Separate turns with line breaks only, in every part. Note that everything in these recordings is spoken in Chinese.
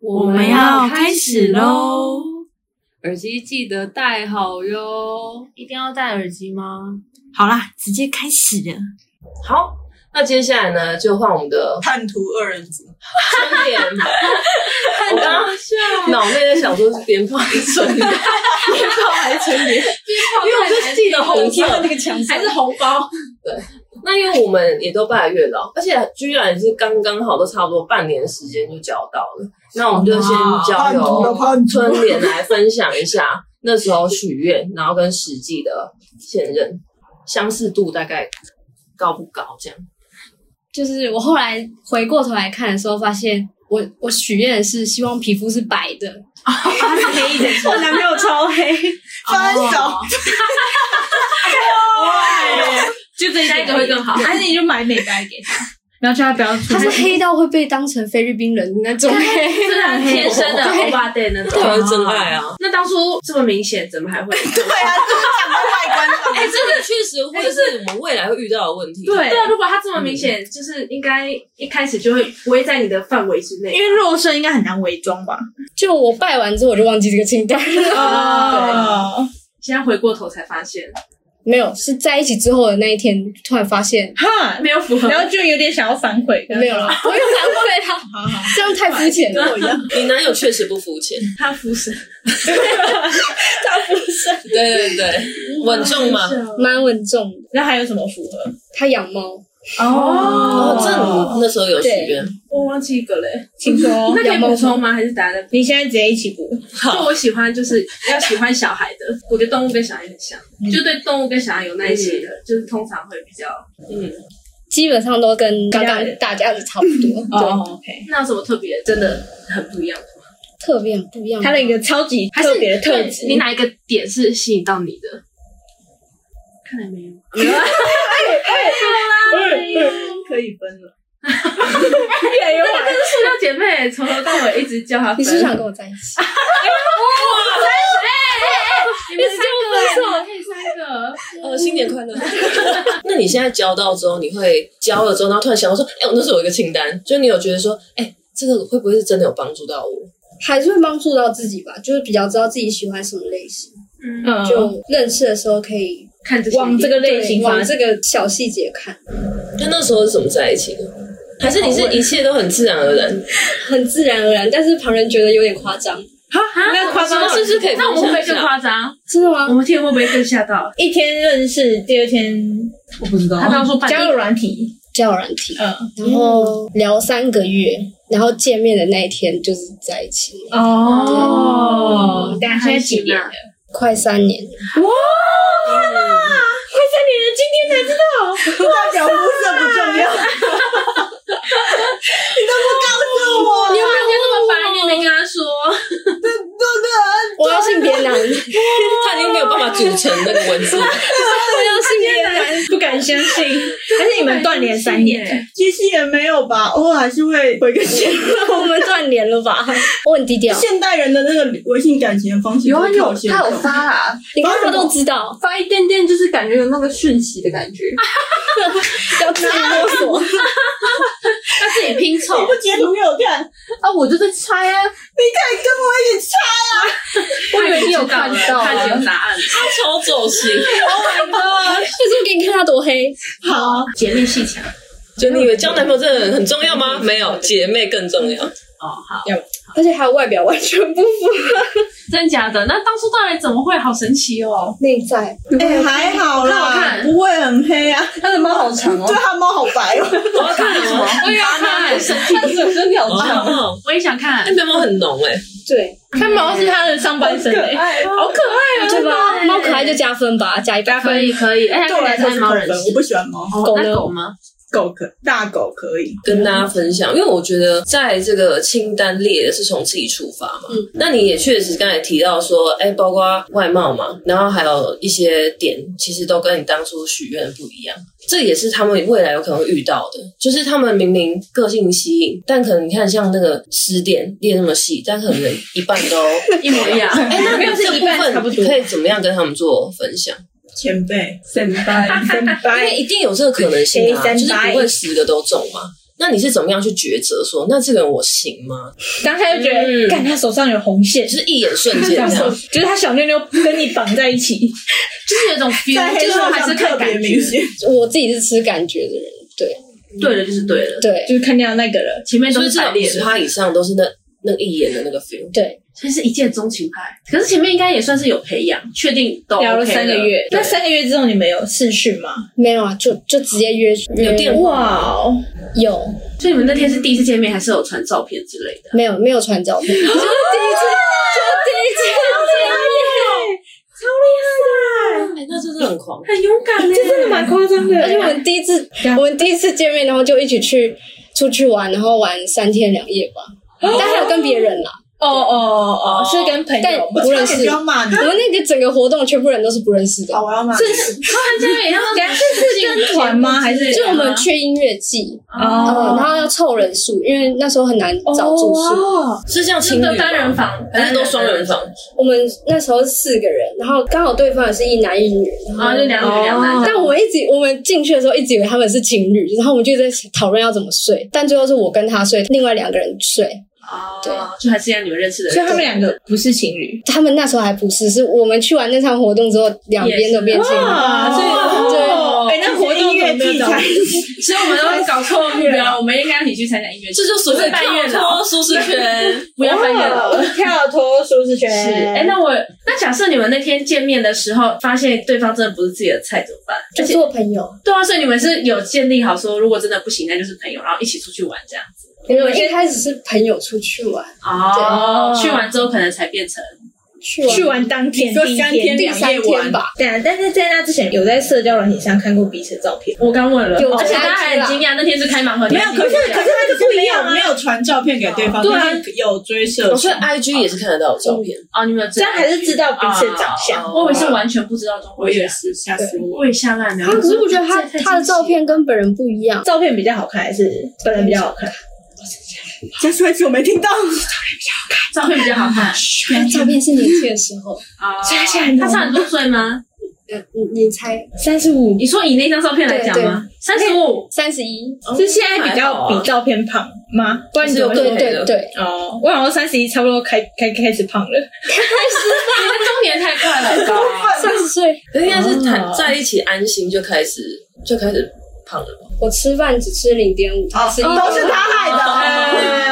我们要开始喽！
耳机记得戴好哟。
一定要戴耳机吗？
好啦，直接开始了。
好，那接下来呢，就换我们的
叛徒二人组，
春联。我刚刚脑内在想说是鞭炮还是春联，鞭炮还是春联？因为我就记得红色
那个墙上
还是红包，
那因为我们也都拜月老，而且居然也是刚刚好，都差不多半年时间就交到了。那我们就先交
叛徒的
由
叛徒，
春联来分享一下那时候许愿，然后跟实际的现任相似度大概高不高？这样
就是我后来回过头来看的时候，发现我我许愿的是希望皮肤是白的，
他是黑的，
我男朋友超黑，分
哦
手，
就这
下一个会更好。
还是你就买美白给他，然后叫他不要出
它是黑到会被当成菲律宾人的那种黑。
真的很天生的
对
欧巴 day 那
当然
种。
是真爱啊！
那当初这么明显，怎么还会？
对啊，讲到外观上
哎、这个确实会是我们未来会遇到的问题。
对
对啊，如果他这么明显，就是应该一开始就会不会在你的范围之内
因。为肉身应该很难伪装吧？
就我拜完之后，我就忘记这个清单了。
哦，
现在回过头才发现，
没有，是在一起之后的那一天，突然发现
哈，
没有符合。
然后就有点想要反悔，
没有了，我又反悔了，
好好，
这样太肤浅了。
我一 样，
你男友确实不肤浅，
他肤 色
他不是。
对对对，稳重吗？
蛮稳重的。
那还有什么符合？
他养猫，
哦，这
哦
你那时候有许愿，
我忘记一个嘞。
请说
那，可以补充吗？还是答的？
你现在直接一起补，
就我喜欢，就是要喜欢小孩的。 我觉得动物跟小孩很像，就对动物跟小孩有耐心的，就是通常会比较。
嗯，
基本上都跟刚
一
刚
样的
大家的差不 多。对，
哦，OK。
那有什么特别？真的很不一样的吗？
特别很不一样。
他的一个超级
还是
特别的特质，
对你哪一个点是吸引到你的？看来没 有。
哎可以分了。越
哎
来越晚，
但是塑料姐妹从头到尾一直叫她分，
你是不是想跟我在一起？
你们三个，可以三个，
呃，新年快乐。那你现在交到之后，你会交了之后，然后突然想到说，哎、我那时候有一个清单，就你有觉得说，哎、这个会不会是真的有帮助到我？
还是会帮助到自己吧，就是比较知道自己喜欢什么类型，
嗯，
嗯，
就认识的时候可以
看这些
往这个类型
对
发
往
展。
这个小细节看，
那那时候是怎么在一起的？还是你是一切都很自然而然？
很自然而然。但是旁人觉得有点夸张，
啊
那夸张
那是不是可以
那我们会不会
分享
更
一下
夸张？
真的
我
吗？
们听会不会更吓到？
一天认识，第 二天哦
我不知道
他刚刚说半
加入软体，
交友软体，
嗯，
然后聊三个月，然后见面的那一天就是在一起，
哦等一下现在几年了？
快三 年了。
快三年了，今天才知道，
代表肤色不重要。
你有没有那么白？你没跟他说？
我要性别男，我要
他已经没有办法组成那个文字了。
性别男，
不敢相信。而且你们断联三年，
其实也没有吧，偶尔还是会回个信。
我们断联了吧？ 我很低调，
现代人的那个微信感情的方式就是靠
啊
现动
发啦，
你看他都知道，
发一点点就是感觉有那个讯息的感觉。
要自己摸索。
他自己拼凑
你不截图给我看，你
啊，我就在猜啊，
看跟我一起猜。
我以为你有看到啊
他已经有答案了。
超走心，
就是给你看他多黑，
好，
姐妹戏强
就你以为交男朋友真的很重要吗？没有，姐妹更重要。
哦，好，
而且还有外表完全不符
真假的？那当初到底怎么会？好神奇哦！
内在。
哎，还好
看我
啦，
看
不会很黑啊。
他的猫好长
对，它猫好白哦。
我要看什么？
我也要看，
它整个鸟
哦
叫，
哦，
我也想看
哎，。眉毛很浓哎，
对，
看毛是他的上半身欸诶，
哦
好可爱
对吧？猫可爱就加分吧，加一百分。
以哦可以，哎，
对我来说
看
是
猫
狗
人
粉，我不喜欢猫，
哦，那狗吗？
狗可大狗可以。
跟大家分享，因为我觉得在这个清单列的是从自己出发嘛。
嗯
那你也确实刚才提到说，哎，包括外貌嘛，然后还有一些点，其实都跟你当初许愿的不一样。这也是他们未来有可能会遇到的，就是他们明明个性吸引，但可能你看像那个十点列那么细，但可能一半 都
一模一样。
哎，那
没有是
这
一
部
半
分
差不多
可以怎么样跟他们做分享？
前辈，
神拜
因为一定有这个可能性啊，
谁
就是
先掰
不会十个都中嘛。那你是怎么样去抉择说，那这个人我行吗？
当下就觉得，
嗯
看、他手上有红线，
就是一眼瞬 间
嗯
这样。
就是他小妞妞跟你绑在一起，嗯
就是有一种
在
feel，
黑
就是
道
我还是
上
看
特别
感
明
觉，
显。
我自己是吃感觉的人，对
对了就是对了，
对
就是看见那个人，
前面都
所以
是
这
排
种
列
十
的，
趴以上都是那那一眼的那个 feel。
对，
所以是一见钟情派。可是前面应该也算是有培养，确定
哦
都 OK
聊了三个月。那三个月之后你们有试训吗？
没有啊，就就直接约
有电
话
哇哦，
有
所以你们那天是第一次见面，还是有传照片之类的？
没有没有传照片， 就是第一次，就第一次见面。
哎，那真的很狂。
很勇敢呢，
这真的蛮夸张的。
而且我们第一次， 我们第一次见面，然后就一起去出去玩，然后玩三天两夜吧。但还有跟别人啦，
哦哦哦，是跟朋
但
友吗？
不认
差点
识。
就要骂你
我们那个整个活动，全部人都是不认识的
啊！。我要骂你。
参加也要
等下是跟哦团吗？还是
就我们去音乐季，
哦
嗯然后要凑人数，因为那时候很难找住宿。
哦
是这样情
真
侣
的
吗
单人房，
还是都双人房？
我们那时候是四个人，然后刚好对方也是一男一女，然
啊，
后
就两女两男这
但
样。
我们一直我们进去的时候一直以为他们是情侣，然后我们就在讨论要怎么睡，但最后是我跟他睡，另外两个人睡。对
哦，就还是让你们认识的
所以
人。
他们两个不是情侣，
他们那时候还不是，是我们去完那场活动之后，两边都变情侣。
哇
所以
哦，哎，那活动
音乐
怎么没
季
有找
才
你
所以我们都搞错目标，我们应该一起去参加音乐节，
这就所谓
半夜
跳脱舒适圈。
不要翻页了。
哦跳脱舒适圈。
是，哎、那我那假设你们那天见面的时候，发现对方真的不是自己的菜怎么办？
就做朋友，
对啊，所以你们是有建立好说，如果真的不行，那就是朋友，然后一起出去玩这样子。
我们一开始是朋友出去玩，
哦，去完之后可能才变成
去玩
去玩当天
你说
第一
三天
第三天吧，
对啊，但是在那之前有在社交软体上看过彼此的照片，
我刚问了，
有
而且大家还很惊讶，那天是开盲盒，
没有，可是可是他就不一样，没有传照片给对方，
对啊
但是有追射
哦我，所以 IG 也是看得到的照片，
哦，你们有
这样还是知道彼此的长相。
啊我以为是完全不知道中国人，
是，吓
死
我！
我也吓烂了。
他可是我觉得他
这也太
他的照片跟本人不一 样，
照片比较好看还是本人比较好看？
再说一次，我没听到。
照片比较好看
照片是年轻的时候。
啊，
所以他现在很
他差很多岁吗？
呃，你你猜
三十五
你说以那张照片来讲吗？三十五，
三十一？
是现在比
哦
较
啊
比照片胖吗？不然你
是
怎
有
么会
对对
对
对，
对，
哦，我好像三十一差不多开开开始胖了，
你的中年太快 了吧？
三十岁。
可是应该是谈
哦
在一起安心就开始就开始胖了吧？
我吃饭只吃零点五，他吃一
哦
点五
都是他害的。哎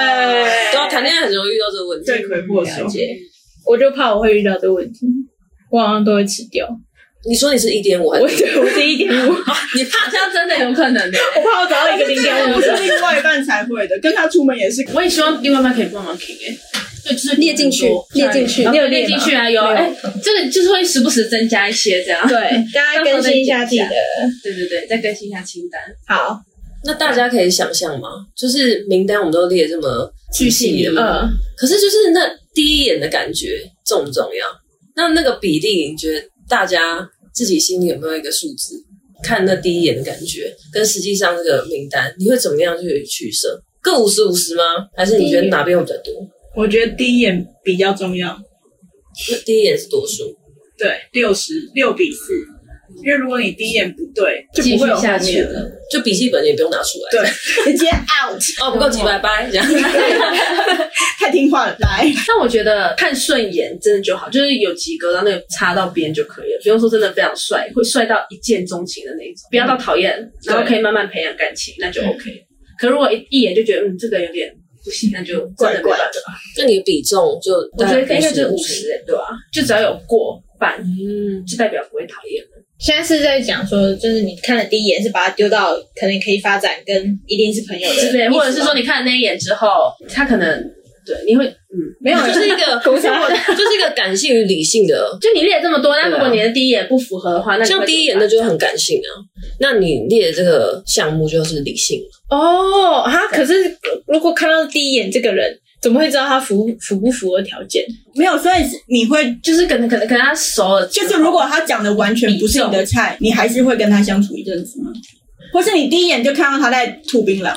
对啊，谈恋爱很容易遇到这个问题。
罪魁祸首
了。解。我就怕我会遇到这个问题，我好像都会吃掉。
你说你是一点五，
我对我是一点五，我
你怕
好像真的有可能的。
怕我找到一个零点五
不。是另外一半才会的，跟他出门也是。
我也希望另外一半可以帮忙 king 哎，对，就是
列进去列进去
你
你
有
有
列
列
进
吗
去啊？有哎，这个就是会时不时增加一些这样。
对，大家更新一下自己 的。
对对对，再更新一下清单。
好，
那大家可以想象吗？就是名单我们都列这么巨细了嘛，
嗯，
可是就是那第一眼的感觉重不重要？那那个比例，你觉得大家自己心里有没有一个数字？看那第一眼的感觉，跟实际上这个名单，你会怎么样去取舍？各五十五十吗？还是你觉得哪边会比较多？
我觉得第一眼比较重要。
那第一眼是多数，
对，六十六比四，因为如果你第一眼不对，就不会有后
继续下去
面
了。
就笔记本也不用拿出来。
对，直接 out，
哦，不够几百拜这样。
太听话了，来。
但我觉得看顺眼真的就好，就是有及格，然后那个插到边就可以了，不用说真的非常帅，会帅到一见钟情的那一种，不要到讨厌，然后可以慢慢培养感情，那就 OK。可如果一一眼就觉得嗯这个有点不行，那就真的没办法。
那你的比重就
我
大
觉得
概
应该就是五
50。
十，对吧？就只要有过半，
嗯，
就代表不会讨厌了。
现在是在讲说，就是呃你看了第一眼是把它丢到可能可以发展跟一定是朋友的
对
意
不
思
对？
吗，
或者是说你看了那一眼之后，他可能对你会嗯，
没有，啊就是一个就是一个感性与理性的
就你列这么多，那
对啊
如果你的第一眼不符合的话，那你会
像第一眼
怎
那
么
就很感性啊，那你列的这个项目就是理性，
哦哈。可是如果看到第一眼这个人，怎么会知道他符符不符合条件？
没有，所以你会
办就是可能可能可能他熟了之
就
后，
是如果他讲的完全不是你的菜，你还是会跟他相处一阵子吗？
或是你第一眼就看到他在吐槟榔，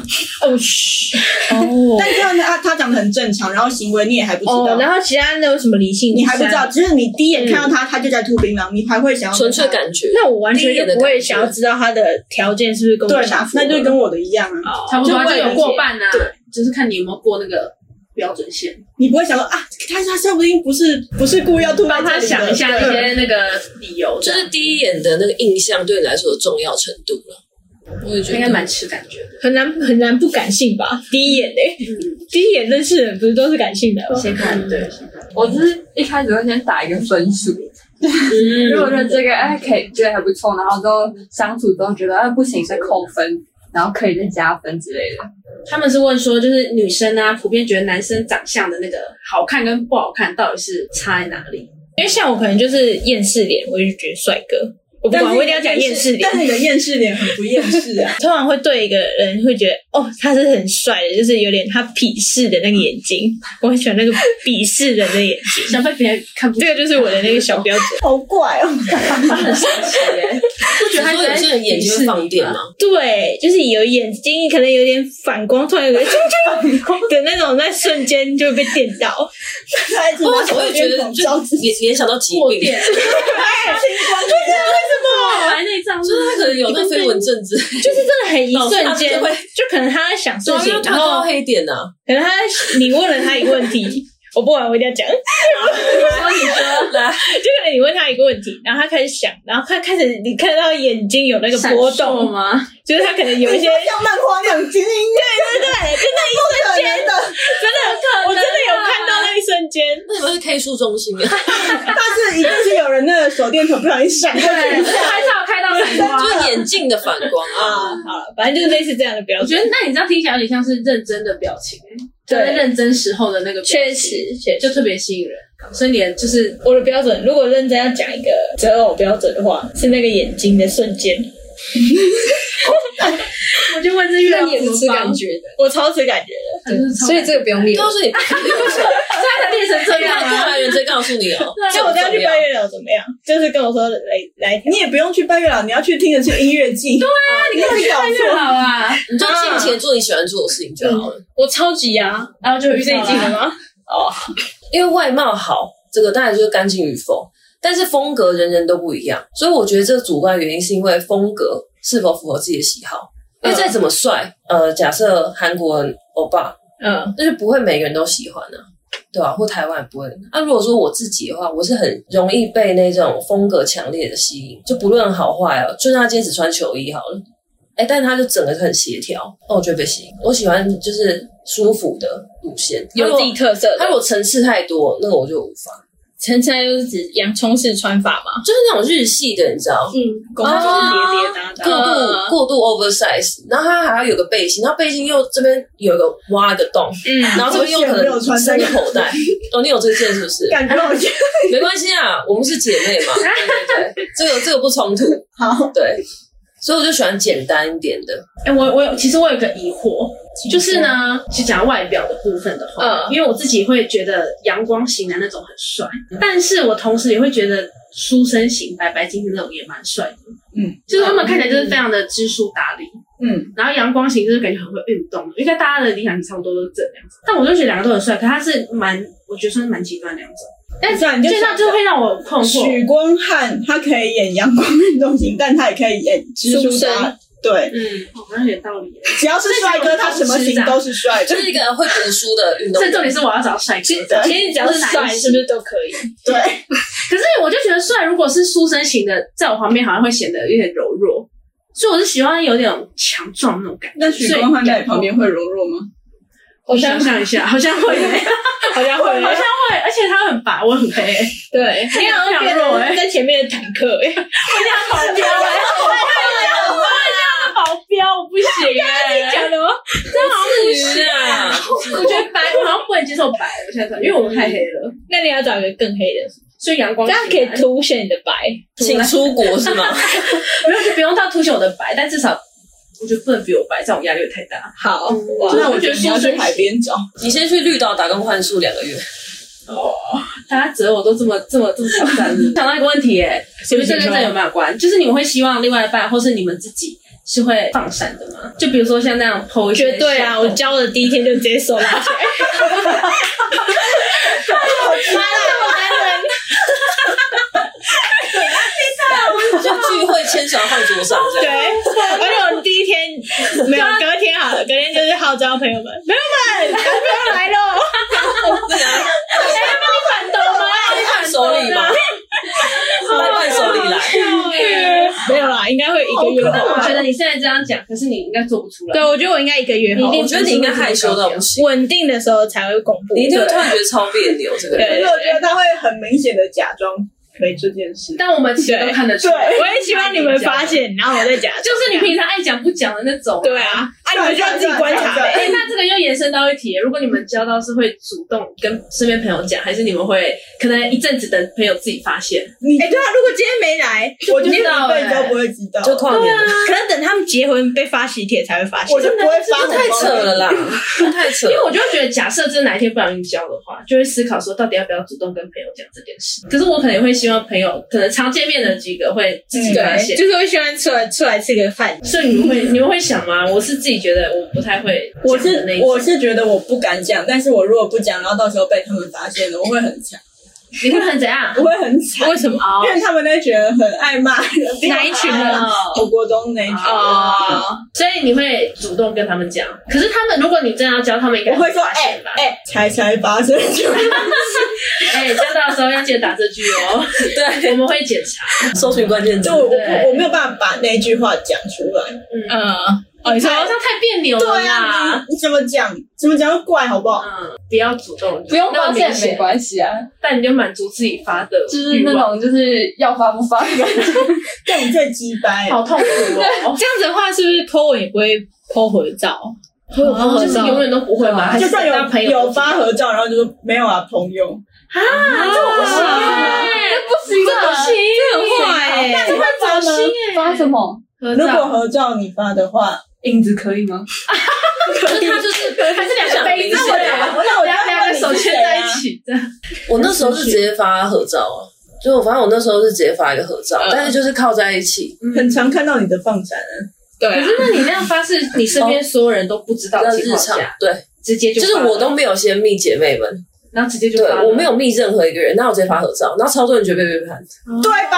哦，嘘，哦，
但看到他他长得很正常，然后行为你也还不知道
哦，，然后其他的有什么理性？
你还不知道，就是你第一嗯眼看到他，他就在吐槟榔，你还会
哦
想要
纯粹
跟他
感觉。
那我完全
第一眼的感
就不
觉
会想要知道他的条件是不是跟我
对
相
啊，
符合，
那就跟我的一样啊，
差不多
就
就
为了
有过半呐、啊
对，
就是看你有没有过那个标准线。
你不会想说啊，他他说不定不是不是故意要吐，
帮他想一下那些那个理由，
就
这
是第一眼的那个印象对你来说的重要程度了。我也觉
应该
得，
蛮吃感觉的。
很难很难不感性吧？第一眼诶、第一眼认识人不是都是感性的吗？
先看对，
我就是一开始会先打一个分数，如果觉得这个哎可以觉得还不错，然后之后相处之后觉得哎不行再扣分，然后可以再加分之类的。
他们是问说，就是女生啊，普遍觉得男生长相的那个好看跟不好看到底是差在哪里？
因为像我可能就是厌世脸，我就觉得帅哥，我不
但
管，
是
我一定要讲厌世脸，
但。是你的厌世脸很不厌世啊
通常会对一个人会觉得，哦，他是很帅的，就是有点他鄙视的那个眼 睛，我很喜欢那个鄙视人的眼睛，
想被别人看不
这个就是我的那个小标准。
好怪哦。
起耶，
不觉得有些人眼睛会放电啊吗？
对，就是有眼睛可能有点反光，突然有个啾啾的那种，在瞬间就会被电到。
不为什么会哦觉得就联联想到疾病，
电
就是
白内障是
他可能有那个飞蚊症之类
就是真的很一瞬间，
老师他就会啊
就可能他在想事
的，
情
要，
然
看
后
到黑点啊呐，
可能他在你问了他一个问题， 我不管，我一定要讲。 就可能你问他一个问题，然后他开始想，然后他开始你看到眼睛 有那个波 动，
吗？
就是他可能有 一些
像漫画那种精英，对对对，就那一瞬间的，
真
啊
的，我真的有看到那一瞬间，
那你们是 K 数中心啊？
但是一定是有人那个手电筒不小心闪过去一下
还是要开到闪光。
就是眼镜的反光啊，
啊，好了，反正就是类似这样的标
我觉
准。
得那你这样听起来有点像是认真的表情，就
对
在认真时候的那个表
确
情，
实，确实，
就特别吸引人。所以你的就是
我的标准，如果认真要讲一个择偶标准的话，是那个眼睛的瞬间，
我就问这月
那
亮
你也是吃感觉的，
我超吃感觉的。
所以这个不用练。
告 诉你，
他才变成这样
看过
啊！
来人直接告诉你哦，
那啊我这样去拜
月，
月老怎么样？就是跟我说来来一条，
你也不用去拜月老，你要去听的是音乐季。对啊，你
你
搞
看月
错。
老啊，
你就尽情地做你喜欢做的事情就好了。
我超级啊，
然后就遇
最
到
近的
了。
吗？
因为外貌好，这个当然就是干净与否，但是风格人人都不一样，所以我觉得这个主观原因是因为风格是否符合自己的喜好。因为再怎么帅，呃，假设韩国欧巴，
嗯，
那就不会每个人都喜欢啊，对吧、或台湾也不会。那、如果说我自己的话，我是很容易被那种风格强烈的吸引，就不论好坏哦，就算他今天只穿球衣好了，哎、但他就整个很协调，那我就会被吸引。我喜欢就是舒服的路线，他如
有
果
自己特色 的
他。如果层次太多，那个我就无法。啊
陈现在就是指洋葱式穿法嘛，
就是那种日系的，你知道，
嗯，
狗就是叠叠搭搭，
过度过度 oversize，然后它还要有个背心，然后背心又这边有一个挖一个洞，嗯，然后这边又可
我没有
能
穿
三
这个
个口袋。哦，你有这件是不是？
感觉好像
没关系啊，我们是姐妹 嘛，对对对，这个这个不冲突，
好。
对，所以我就喜欢简单一点的。
哎、我我有，其实我有个疑惑，就是呢，就讲外表的部分的话，
嗯
因为我自己会觉得阳光型的那种很帅，但是我同时也会觉得书生型、白白净净那种也蛮帅的，
嗯，
就是他们看起来就是非常的知书达理，
嗯，
然后阳光型就是感觉很会运动，应该大家的理想差不多都是这样子，但我就觉得两个都很帅，可他是蛮，我觉得算是蛮极端的两种，
但是你
所
就
以那就会让我困惑，
许光汉，他可以演阳光运动型，但他也可以演蜘蛛侠。对，
嗯，好像有点道理耶，
只要是帅哥，他什么型都是帅
就
的。
是一个会读书的运动
所以重点是我要找帅哥，
对
其实只要是帅，是不是都可以？
对，
可是我就觉得帅，如果是书生型的，在我旁边好像会显得有点柔弱，所以我是喜欢有点强壮那种感觉。
那许光汉在你旁边会柔弱吗？
我想象一下，好像会，
好像会，
好像会，而且他很白，我很黑，
对，你好像变欸成在前面的坦克哎、
好标哎，好标，我不行哎，
讲的吗？
是啊，
我觉得白，我好像不能接受白，我现在因为我太黑了，
那你要找一个更黑的，
所以阳光
这样可以凸显你的白。
请出国是 吗？
没有就不用到凸显我的白，但至少我觉得不能比我白，这样我压力会太大。
好，
哇
那我觉得你要去海边找。
你先去绿岛打工换宿两个月，
大家择偶都这么这么这么挑 战。想到一个问题、耶，你们这跟这有没有关？就是你们会希望另外一半，或是你们自己是会放闪的吗？就比如说像那样剖一些
绝对啊！
小
我
洞
教的第一天就直接手拉起来，
就聚会牵小号桌上这
对，
样。
而且我第一天没有，隔天好了，隔天就是号召朋友们，朋友们，男朋友来喽，
伴手礼吧，来伴手礼来，
没有啦，应该会一个月
我
后
觉。得你现在这样讲，可是你应该做不出来。
对，我觉得我应该一个月后，
我觉得你应该害羞到不行，
稳定的时候才会公布。
你一定会突然觉得超别扭这个
可
人。
是我觉得他会很明显的假装没这件事。
但我们其实都看得出来，
我也希望你们发现，然后我再假装。
就是你平常爱讲不讲的那种。
对。啊，啊，你们就要自己观察
对
呗。
哎，那这个又延伸到一题，如果你们交到是会主动跟身边朋友讲，还是你们会可能一阵子等朋友自己发现？
你
哎，对啊，如果今天没来，
我就是一
知道
辈子
欸
都不会知道，
就跨年了，
可能等他们结婚被发喜帖才会发现。
我就不会发
这
红
太
包
扯了啦，这太扯
因为
了。
我就会觉得，假设真的哪一天不小心交的话，就会思考说，到底要不要主动跟朋友讲这件事。可是我可能会希望朋友，可能常见面的几个会自己发现。
就是会喜欢出来出来吃个饭。
所以你们会你们会想吗？我是自己觉得我不太会讲
我
的
是
那一种，
我是觉得我不敢讲，但是我如果不讲，然后到时候被他们发现了，我会很惨，
你会很怎样？哦
我会很惨，
为什么？
因为他们那群人很爱骂人。
哪一群人？
哦
我国中那一群人，
哦，
所以你会主动跟他们讲。可是他们，如果你真的要教他们，应该
我会说
发
哎
现吧？
哎，才才发生就
哎，教到的时候要记得打这句哦。对，我们会检查。
搜寻关键字
就，我我
对
不我没有办法把那句话讲出来。
嗯，
嗯，哦，你
你
说
好像太别扭了
对啊
啦。，
你怎么讲？怎么讲都怪好不好？
嗯，不要主动，
不用
那
发
么
现
明
也没
显，
关系啊，
但你就满足自己发的欲望，
就是那种就是要发不发的感觉。
这种最鸡掰。
好痛苦哦。
这样子的话，是不是 po 文也不会 po 合照？
哦就是永远都不会吧？还
就是算
当朋
有
友
有发合照，然后就说没有啊，朋友。
啊？这我不行哎，
不行
这不
啊，
行，这
很坏欸
那你会发吗？
发什么？
合
如果
照，
合照你发的话，
影子可以吗？
就是他就是还是两个杯子，
那我
那我就
两两个手牵
啊
在一。起这样。
我那时候是直接发合照啊。就我反正我那时候是直接发一个合照，但是就是靠在一起，
很常看到你的放闪啊，
对
可
啊
是，那你那样发是你身边所有人都不知道
这
的
样
情
日
况
常
下，
对，
直接就
就是
发了
我都，没有先密姐妹们，
然后直接就
对
发了
我没有密任何一个人，那我直接发合照，然后超多人觉得被背叛，
对吧？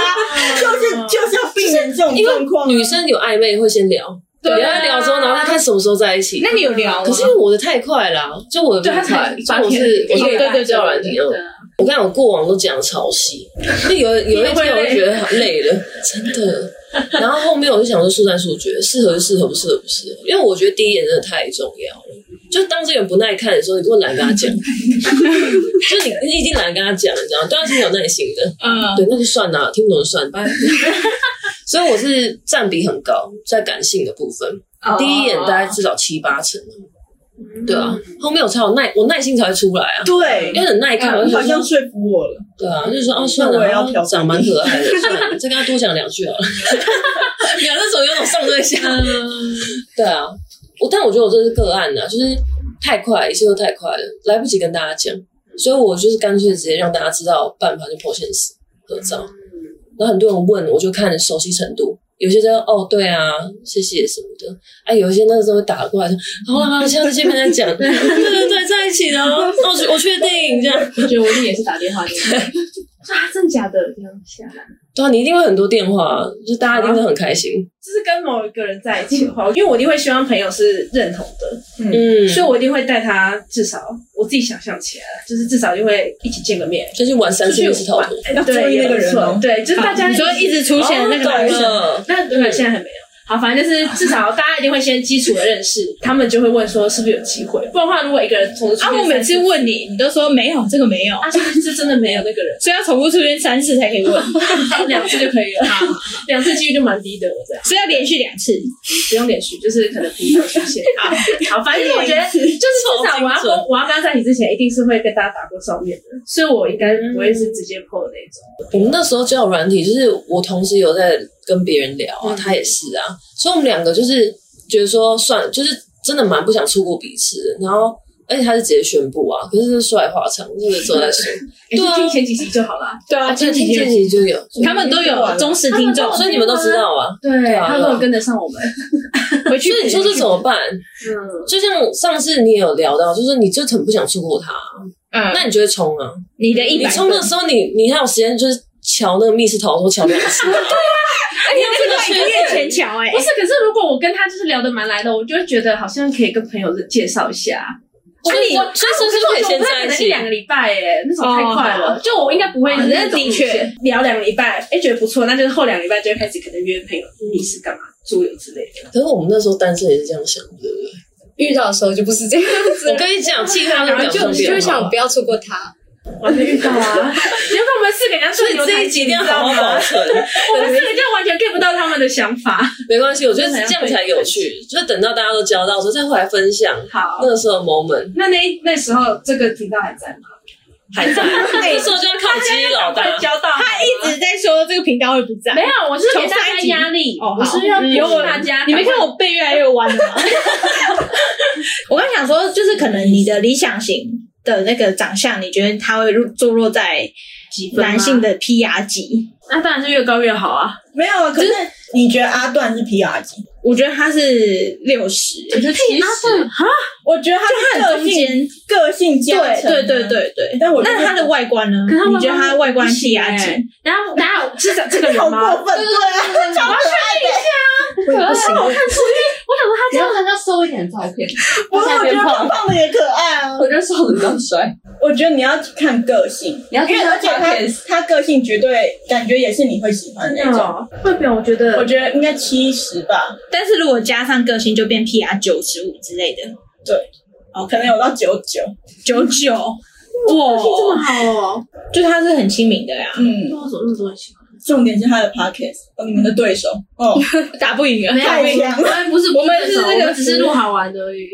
就是就是要避免这种状况啊。
女生有暧昧会先聊，
对啊
聊一聊之后，然后再看什么时候在一起。
那你有聊啊吗
可？是因为我的太快了啊、就我的
对
不
他
快
才，
就我是我
一
是
个礼拜
对对交友软体，嗯我跟你讲，我过往都讲 超细，就有有一天我就觉得很累了，真的。然后后面我就想说速战速决，适合就适合，不适合不适合，因为我觉得第一眼真的太重要了。就当这个人不耐看的时候，你根本懒得跟 他讲，就是你你已经懒得跟他讲，你知道吗？对他是没有耐心的。
嗯，
对，那就算啦，听不懂就算， 拜。所以我是占比很高，在感性的部分，
哦
第一眼大概至少七八成。对啊，后面我才有耐，我耐心才会出来啊，
嗯对，
因为很耐看，我就
你好
想
像
说，
说服我了，
对啊，就是说哦，算
那我
了，
也要调
他长蛮可爱的，算了，再跟他多讲两句好了。 两个总有种上对下，
嗯
对啊，我但我觉得我这是个案啊，就是太快，一切都太快了，来不及跟大家讲，所以我就是干脆直接让大家知道办法，就破现实合照。然后很多人问，我就看熟悉程度，有些就哦对啊，谢谢什么的，哎、有一些那个时候打过来说，好了好了，下次见面再讲， 对对对，在一起的哦，那我确我确定这样。
我觉得我弟也是打电话给我，说啊，真假的这样下来，
对啊，你一定会很多电话，就是大家一定
啊
会很开心。
就是跟某一个人在一起的话，因为我一定会希望朋友是认同的，
嗯，
所以我一定会带他，至少我自己想象起来了，就是至少就会一起见个面，
就去玩三
出
次
去
密室逃
玩
脱。，
哎对，也不错对，就是大家
你说一直出现的那个男
懂
生，
了，
那对，现在还没有。好，反正就是至少大家一定会先基础的认识，他们就会问说是不是有机会，不然的话，如果一个人从
啊，我每次问你，你都说没有，这个没有，
啊，是是真的没有那个人，
所以要重复出现三次才可以 问，
两次就可以了，
啊
两次几率就蛮低的，我这样
所以要连续两次。
不用连续，就是可能平常出现。好，好，反正我觉 得就是至少我要跟我要跟他在一起之前，一定是会跟大家打过照面的，所以我应该不会是直接破的那种。
我们那时候交友软体，就是我同时有在跟别人聊
嗯
啊，他也是啊，所以我们两个就是觉得说算，就是真的蛮不想错过彼此的。然后，而且他是直接宣布啊，可是这是帅话长，这个之后再说。
嗯
对啊
听前几集就好了。
对啊，
啊，
这
这
题
听这集就有，
他们都有忠实听众，嗯
所以你们都知道啊。
对
啊
他都有跟得上我们。
哎回去
所以你说这怎么办？
嗯，
就像上次你也有聊到，就是你就很不想错过他，
嗯，
那你就会冲啊。
你的一
你
百
冲的时候，你你还有时间就是瞧那个密室逃脱瞧两次。
你 面前瞧哎
不，是，可是如果我跟他就是聊得蛮来的，我就会觉得好像可以跟朋友介绍一下。
所以
我
所以是不是
我
可以先在
啊可
一
能
起
一？两个礼拜哎，那种太快
哦
了，就我应该不会
哦
是那
那
种
的
路
确
线。
聊两个礼拜，哎，觉得不错，那就是后两个礼拜就会开始可能约朋友密室干嘛桌游之类的。
可是我们那时候单身也是这样想的，对不对？
遇到的时候就不是这样子
我
了，
跟你讲，其他都
然后
讲
就
中
就
别
是
人
想
话
不。要错过他。
完全遇到啊！你要不我们四个人家
所以
说
这一集一定要好好保存，
我们四个就完全 get 不到他们的想法。
没关系，我觉得这样才 有趣。就是等到大家都交到的时候，再回来分享
好，
那个时候的 moment
那那那时候这个频道还在吗？
还在，
哎
那时候就要靠基于老大。
交到他
一直在说这个频道会不在
没，有，我是给大
从上
家
一集
压力，
哦好
我是要给
有我
大家。
你没看我背越来越弯了吗？ 我刚想说，就是可能你的理想型的那个长相，你觉得他会入坐落在
几分吗
男性，的 PR 级？
那当然是越高越好啊！
没有啊，可是你觉得阿段是 PR 级？
我觉得他是六十，
我觉得其实
我觉得
就
他
他
是个
很中
性
间，
个性加
对
成啊
对对，对对。
但我觉得
那他的外观呢？
可是他
你觉得他的外观
不行
PR
欸
级？
然后然后是这这个人
好
吗？
过分，对啊，超
可爱，我想说他
这
这样他要瘦一点照片，
不是，我觉得胖
胖，
胖的也可爱啊。
我觉得瘦的比较帅。
我觉得你要看个性，
你要
因
看
为
他
而且他
podcast
他个性绝对感觉也是你会喜欢的那种。
嗯外表我觉
我
得
觉得应该七十吧，
但是如果加上个性，就变 PR 九十五之类的，
哦，可能有到九九。
九九。哇，
么好哦，
就他是很亲民的呀，
嗯，
我怎么那么多人喜欢？
重点是他的 podcast，哦，你们的对手哦，
打不赢啊！
没有
太强了。
我们不是
我们是
不
那个
我们只是录好玩而已。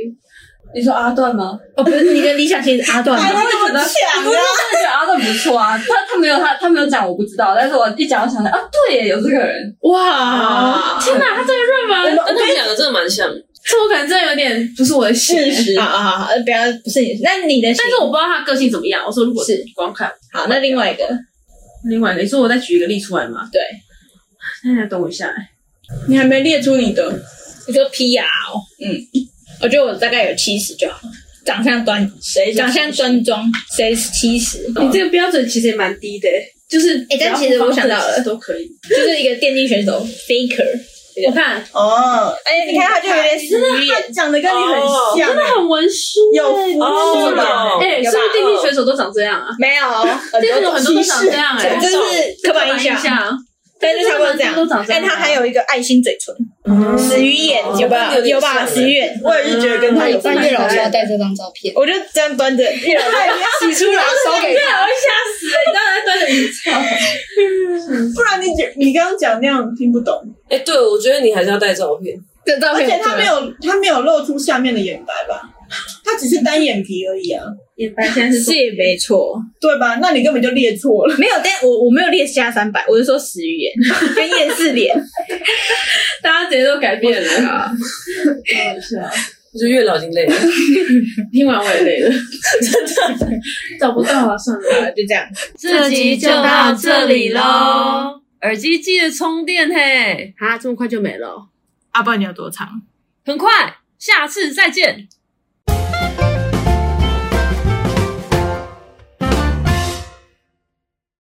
你说阿段 吗？
哦，不是你的理想型是 阿段
还
吗？
会怎么强啊？
我觉得阿段不错啊，他他没有他他没有讲我不知道，但是我一讲我想到啊，对耶，有这个人，
哇，
天哪，他这个润吗？
那他们两个真的蛮像的，
这我可能真的有点不是我的型，
四十
好，好好，呃不要不是你，那你的型，
但是我不知道他个性怎么样。我说如果
是
光看
好，那另外一个，
另外一个，你说我再举一个例出来吗？
对，
那你等我一下，
你还没列出你的，
你说 PR 哦，
嗯，
我觉得我大概有七十就好了，长相端，
谁
长相端庄，谁是七十？
你这个标准其实也蛮低的，就是
哎但其实我想到了
都可以。
就是一个电竞选手 Faker，
我看
哦，哎，你看他就有点死脸，长得跟你很像，真的
很文书
有福气
哦
了。
哎，是不是电竞选手都长这样啊？
没有，
电竞选手很多都长这样 哎，
这是刻板印象，但是差不多这样
都长。这样
但他还有一个爱心嘴唇，
嗯
死鱼眼有吧？
有点
有吧？
像
死鱼眼，
我也是觉得跟他有
那月老说要嗯带这张照片，
我就这样端着， 越来越
洗出来烧给 他。
不然你觉你刚刚讲那样听不懂，
哎，对，我觉得你还是要带照片。
这照
而
片
且他没有他没有露出下面的眼白吧？他只是单眼皮而已啊，
眼白现在是
是也没错，
对吧？那你根本就列错了。
没有，但我我没有列下三百，我是说死鱼眼跟夜视 脸，
大家直接都改变了。啊
我觉得月老已经累了，
听完我也累了，真的找不到啊，算了。
就这样。
这集就到这里喽。
耳机记得充电嘿，
啊，这么快就没了。
阿爸，你有多长？
很快，下次再见，